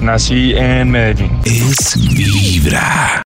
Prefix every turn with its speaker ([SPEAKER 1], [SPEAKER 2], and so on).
[SPEAKER 1] Nací en Medellín.
[SPEAKER 2] Es vibra.